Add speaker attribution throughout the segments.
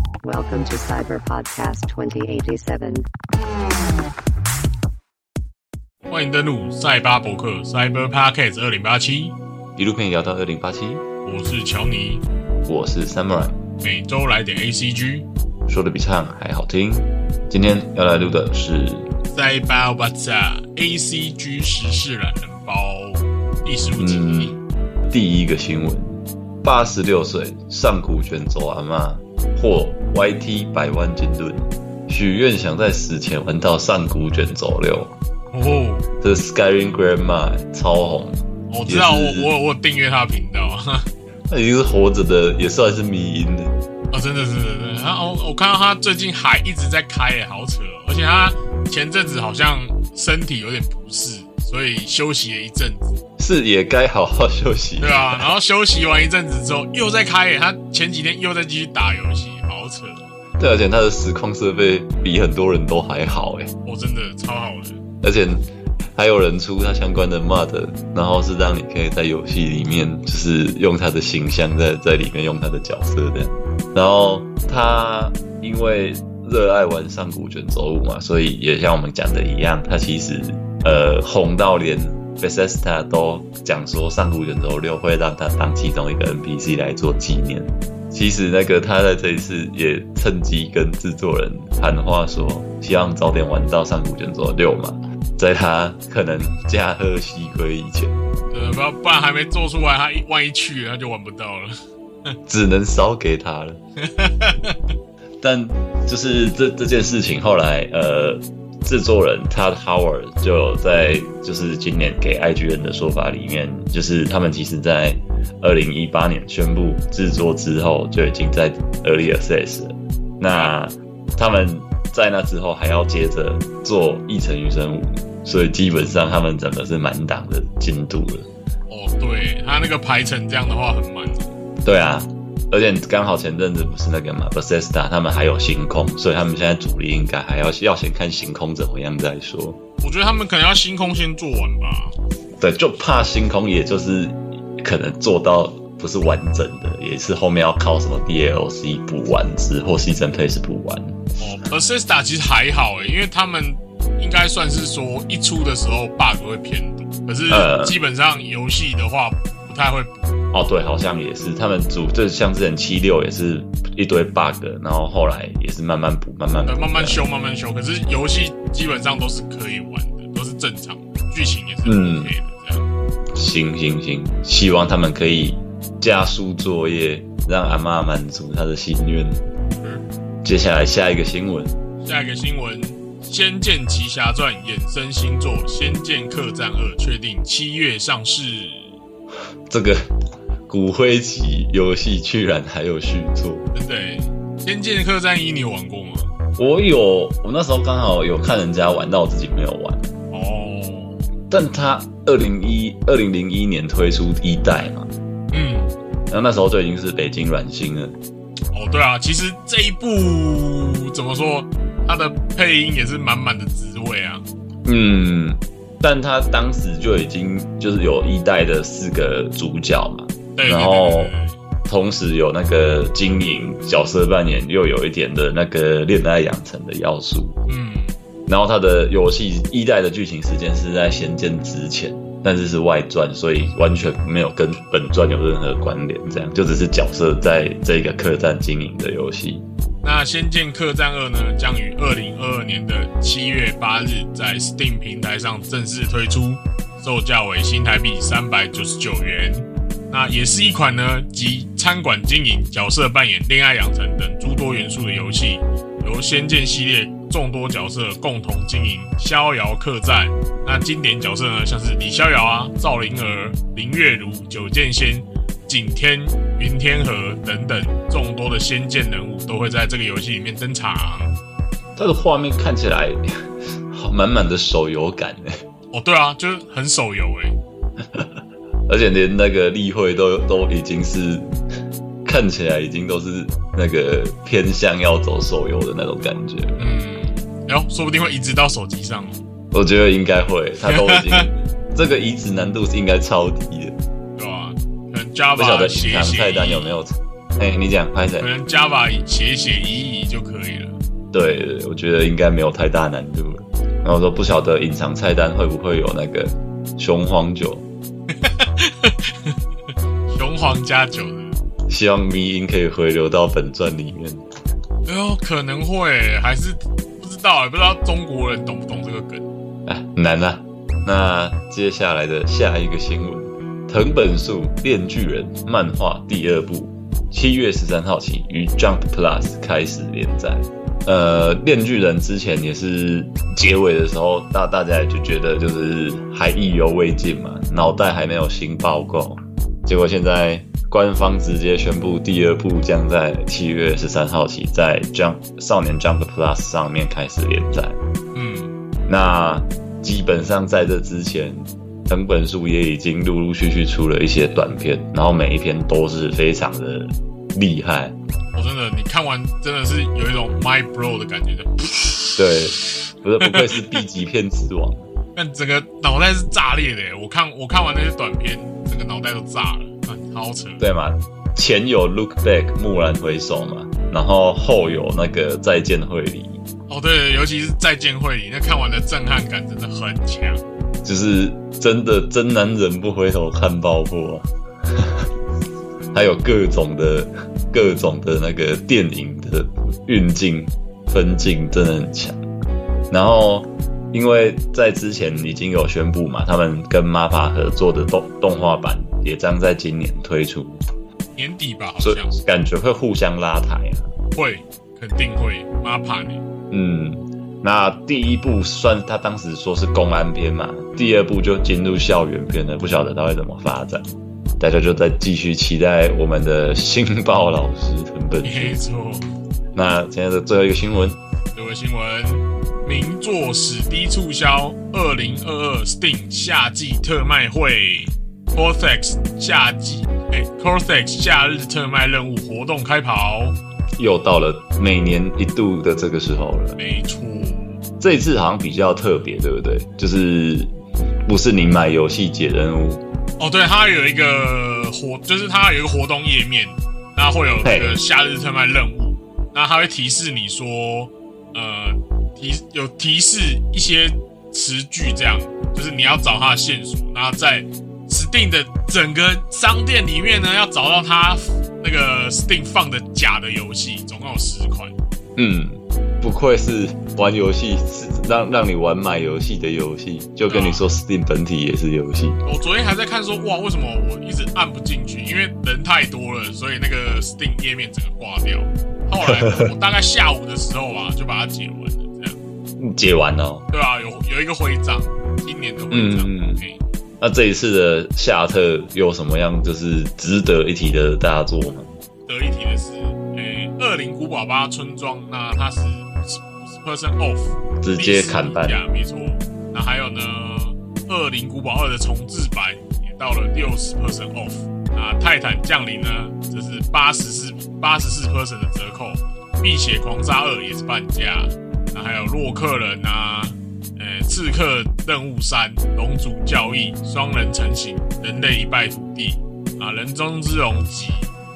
Speaker 1: to Cyber Podcast 2087.
Speaker 2: 欢迎登录赛巴博客 Cyber Podcast 二零八七，
Speaker 3: 一路陪你聊到二零八七，
Speaker 2: 我是乔尼，
Speaker 3: 我是 Samurai，
Speaker 2: 每周来点 ACG，
Speaker 3: 说的比唱还好听。今天要来录的是
Speaker 2: 赛巴 What's Up ACG 时事懒人包第十五集，
Speaker 3: 嗯第一个新闻：八十六岁上古卷轴阿妈获 YT 百万金盾，许愿想在死前玩到上古卷轴六。
Speaker 2: 哦，
Speaker 3: 这 Skyrim Grandma 超红，
Speaker 2: 我知道，
Speaker 3: 也是
Speaker 2: 我我我有订阅他的频道， 啊、
Speaker 3: 那已经是活着的，也算是迷因的。
Speaker 2: 哦真的是真的，他我我看到他最近还一直在开，哎，好扯哦，而且他前阵子好像身体有点不适，所以休息了一阵子。
Speaker 3: 是也该好好休息。
Speaker 2: 对啊，然后休息完一阵子之后又在开耶，他前几天又在继续打游戏，好扯，
Speaker 3: 对，而且它的实况设备比很多人都还好哎、
Speaker 2: 我、真的超好的，
Speaker 3: 而且还有人出它相关的 mod，然后是让你可以在游戏里面，就是用它的形象在在里面用它的角色这样。然后他因为热爱玩上古卷轴五嘛，所以也像我们讲的一样，他其实呃红到连 Bethesda 都讲说上古卷轴六会让他当其中一个 NPC 来做纪念。其实那个他在这一次也趁机跟制作人喊话说，希望早点玩到上古卷轴六嘛，在他可能驾鹤西归以前，
Speaker 2: 呃，不要不然还没做出来，他一万一去了他就玩不到了。
Speaker 3: 只能烧给他了。但就是这这件事情后来，呃，制作人 Todd Howard 就有在就是今年给 IGN 的说法里面，就是他们其实在二零一八年宣布制作之后，就已经在 Early Access 了。那他们在那之后还要接着做《一城余生五》，所以基本上他们整个是满档的进度了。
Speaker 2: 哦，对他那个排程这样的话很慢，
Speaker 3: 对啊，而且刚好前阵子不是那个嘛 b e s e s t a 他们还有星空，所以他们现在主力应该还要要先看星空怎么样再说。
Speaker 2: 我觉得他们可能要星空先做完吧。
Speaker 3: 对，就怕星空，也就是可能做到不是完整的，也是后面要靠什么 DLC 补完之或 Season Pass 补完。
Speaker 2: 哦 b e s e s t a 其实还好欸诶，因为他们应该算是说一出的时候 bug 会偏多，可是
Speaker 3: 呃
Speaker 2: 基本上游戏的话不太会补。
Speaker 3: 哦，对，好像也是，他们主就像之前七六也是一堆 bug，然后后来也是慢慢补，慢慢补
Speaker 2: 呃，慢慢
Speaker 3: 这样
Speaker 2: 修，慢慢修。可是游戏基本上都是可以玩的，都是正常的，剧情也是
Speaker 3: 嗯
Speaker 2: OK 的。这样，
Speaker 3: 行行行，希望他们可以加速作业，让阿嬷满足她的心愿。接下来下一个新闻，
Speaker 2: 下一个新闻，《仙剑奇侠传》衍生新作《仙剑客栈二》确定七月上市。
Speaker 3: 这个 骨灰级游戏居然还有续作。
Speaker 2: 真的、欸，《仙剑客栈一》你有玩过吗？
Speaker 3: 我有，我那时候刚好有看人家玩，但我自己没有玩。
Speaker 2: 哦，
Speaker 3: 但他二零一二零零一年推出一代嘛，
Speaker 2: 嗯，
Speaker 3: 然后那时候就已经是北京软星了。
Speaker 2: 哦，对啊，其实这一部怎么说，它的配音也是满满的滋味啊。
Speaker 3: 嗯，但他当时就已经就是有一代的四个主角嘛，
Speaker 2: 对对
Speaker 3: 然
Speaker 2: 对对
Speaker 3: 后
Speaker 2: 对。
Speaker 3: 同时有那个经营角色扮演，又有一点的那个恋爱养成的要素。
Speaker 2: 嗯，
Speaker 3: 然后它的游戏一代的剧情时间是在《仙剑》之前，但是是外传，所以完全没有跟本传有任何关联。这样就只是角色在这个客栈经营的游戏。
Speaker 2: 那《仙剑客栈二》呢，将于二零二二年的七月八日在 Steam 平台上正式推出，售价为新台币三百九十九元。那也是一款呢集餐馆经营、角色扮演、恋爱养成等诸多元素的游戏，由《仙剑》系列众多角色共同经营逍遥客栈。那经典角色呢，像是李逍遥啊、赵灵儿、林月如、九剑仙、景天、云天河等等众多的仙剑人物都会在这个游戏里面登场。
Speaker 3: 它的画面看起来好满满的手游感哎，
Speaker 2: 哦，对啊，就是很手游欸诶、
Speaker 3: 而且连那个例会都 都已经是看起来已经都是那个偏向要走手游的那种感觉。
Speaker 2: 嗯，然后说不定会移植到手机上哦。
Speaker 3: 我觉得应该会，他都已经这个移植难度是应该超低的，
Speaker 2: 对吧、可能
Speaker 3: 不晓
Speaker 2: Java
Speaker 3: 得
Speaker 2: 写
Speaker 3: 隐
Speaker 2: 一
Speaker 3: 藏
Speaker 2: 写
Speaker 3: 菜单有没有哎、你讲拍谁
Speaker 2: 可？能 Java 写一写移移就可以了。
Speaker 3: 对，我觉得应该没有太大难度了。然后说不晓得隐藏菜单会不会有那个雄黄酒，
Speaker 2: 雄黄加酒的。
Speaker 3: 希望迷音可以回流到本传里面。
Speaker 2: 哎呦，可能会，还是不知道，欸不知道中国人懂不懂这个梗。
Speaker 3: 哎，难啦。那接下来的下一个新闻，藤本树《炼巨人》漫画第二部，七月十三号起于 Jump Plus 开始连载。呃，《炼巨人》之前也是结尾的时候，大大家也就觉得就是还意犹未尽嘛，脑袋还没有新报告。结果现在官方直接宣布，第二部将在七月十三号起在 Jump 少年 Jump Plus 上面开始连载。
Speaker 2: 嗯，
Speaker 3: 那基本上在这之前，藤本树也已经陆陆续续出了一些短片，然后每一篇都是非常的厉害。
Speaker 2: 我真的，你看完真的是有一种 My Bro 的感觉的，
Speaker 3: 对，不是不愧是 B 级片之王。
Speaker 2: 但整个脑袋是炸裂的耶。欸我看我看完那些短片，整个脑袋都炸了，啊好扯。
Speaker 3: 对嘛？前有 Look Back 蓦然回首嘛，然后后有那个再见会礼，
Speaker 2: 哦，对，尤其是再见会里，那看完的震撼感真的很强。
Speaker 3: 就是真的真男人不回头看爆破、啊，还有各种的各种的那个电影的运镜分镜真的很强。然后因为在之前已经有宣布嘛，他们跟 MAPPA 合作的动动画版也将在今年推出，
Speaker 2: 年底吧，好
Speaker 3: 所
Speaker 2: 像
Speaker 3: 以感觉会互相拉抬啊。
Speaker 2: 会，肯定会。妈怕你，
Speaker 3: 嗯，那第一部算他当时说是公安片嘛，第二部就进入校园片了，不晓得他会怎么发展。大家就再继续期待我们的新报老师藤本
Speaker 2: 没
Speaker 3: 树。
Speaker 2: 错。
Speaker 3: 那今天的最后一个新闻，
Speaker 2: 这位新闻，名作史低促销，二零二二 Steam 夏季特卖会，Cortex 夏季哎、c o r t e x 夏日特卖任务活动开跑，
Speaker 3: 又到了每年一度的这个时候了。
Speaker 2: 没错，
Speaker 3: 这一次好像比较特别，对不对？就是不是你买游戏解任务，
Speaker 2: 哦，对，它有一个活，就是它有一个活动页面，那会有这个夏日特卖任务，那它会提示你说，呃，提有提示一些词句，这样就是你要找它的线索，然后在 Steam 的整个商店里面呢，要找到它那个 Steam 放的假的游戏，总共有十款。
Speaker 3: 嗯，不愧是玩游戏，是让让你玩买游戏的游戏，就跟你说 Steam 本体也是游戏。
Speaker 2: 我昨天还在看说，哇，为什么我一直按不进去？因为人太多了，所以那个 Steam 页面整个挂掉。后来我大概下午的时候吧，就把它解完了，这样
Speaker 3: 解完了哦、
Speaker 2: 对啊，有有一个徽章，今年的徽章，
Speaker 3: 嗯嗯嗯
Speaker 2: 嘿
Speaker 3: 那这一次的夏特有什么样就是值得一提的大作吗？
Speaker 2: 得一提的是，诶、恶灵古堡吧村庄，那它是五十 percent off，
Speaker 3: 直接砍
Speaker 2: 历
Speaker 3: 半
Speaker 2: 史底价没错。那还有呢，恶灵古堡二的重置版也到了六十 percent off。那泰坦降临呢，这是八十四八十四 percent 的折扣。碧血狂杀二也是半价。那还有洛克人啊，呃，刺客任务三、龙族教义、双人成型、人类一败涂地啊，人中之龙级，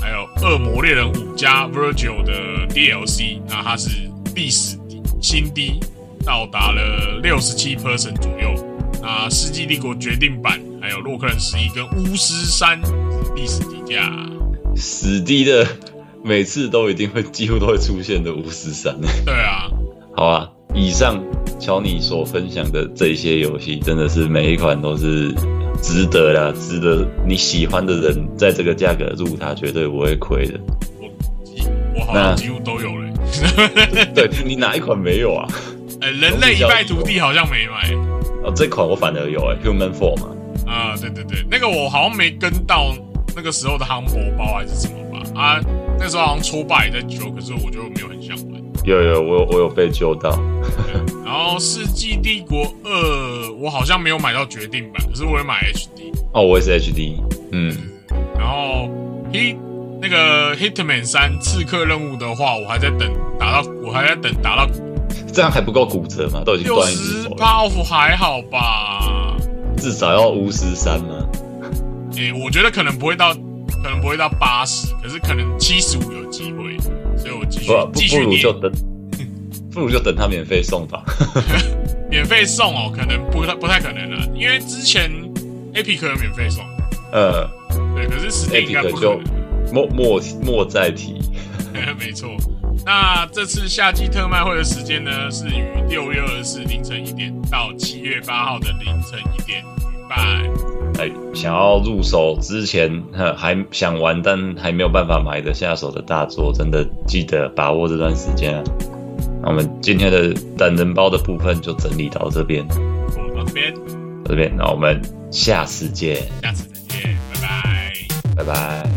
Speaker 2: 还有恶魔猎人五加 Virgil 的 DLC，那它是历史底新低，到达了六十七 percent 左右。那《世纪帝国决定版》还有《洛克人十一》跟《巫师三》历史底价，
Speaker 3: 史地的每次都一定会几乎都会出现的五十三。
Speaker 2: 对啊，
Speaker 3: 好啊，以上乔你所分享的这些游戏，真的是每一款都是值得啦，值得你喜欢的人在这个价格入它，绝对不会亏的。
Speaker 2: 我几我好像
Speaker 3: 那
Speaker 2: 几乎都有了、
Speaker 3: 对你哪一款没有啊？
Speaker 2: 呃，人类一败涂地好像没买。
Speaker 3: 哦，这款我反而有哎、h u m a n Form 嘛。
Speaker 2: 啊，对对对，那个我好像没跟到那个时候的航博包还是什么吧？啊，那时候好像初霸也在揪，可是我就没有很想玩。
Speaker 3: 有有，我有我有被救到。
Speaker 2: 对然后《世纪帝国二》我好像没有买到决定版，可是我有买 HD。
Speaker 3: 哦，我也是 HD。嗯，
Speaker 2: 然后 Hit 那个 Hitman 三刺客任务的话，我还在等打到，我还在等打到
Speaker 3: 这样还不够骨折吗？都已经
Speaker 2: 六
Speaker 3: 断一只
Speaker 2: 十
Speaker 3: 手了。
Speaker 2: 八 off 还好吧？
Speaker 3: 至少要巫师三吗？
Speaker 2: 诶、我觉得可能不会到可能不会到八十，可是可能七十五有机会，所以我继续
Speaker 3: 不不
Speaker 2: 继
Speaker 3: 不
Speaker 2: 续
Speaker 3: 如
Speaker 2: 念，
Speaker 3: 就等，不如就等他免费送吧。
Speaker 2: 免费送哦，可能不太不太可能了，因为之前 Epic 有免费送，
Speaker 3: 呃，
Speaker 2: 对，可是 Steam 应该不
Speaker 3: Epic
Speaker 2: 可
Speaker 3: 就
Speaker 2: 能。
Speaker 3: 莫莫莫再提。
Speaker 2: 没错。那这次夏季特卖会的时间呢，是于六月二十四凌晨一点到七月八号的凌晨一点举办。
Speaker 3: 哎，想要入手之前呵还想玩但还没有办法买得下手的大作，真的记得把握这段时间啊！那我们今天的懒人包的部分就整理到这边，到
Speaker 2: 我们这边
Speaker 3: 这边，那我们下次见，
Speaker 2: 下次再见，拜拜。
Speaker 3: 拜拜。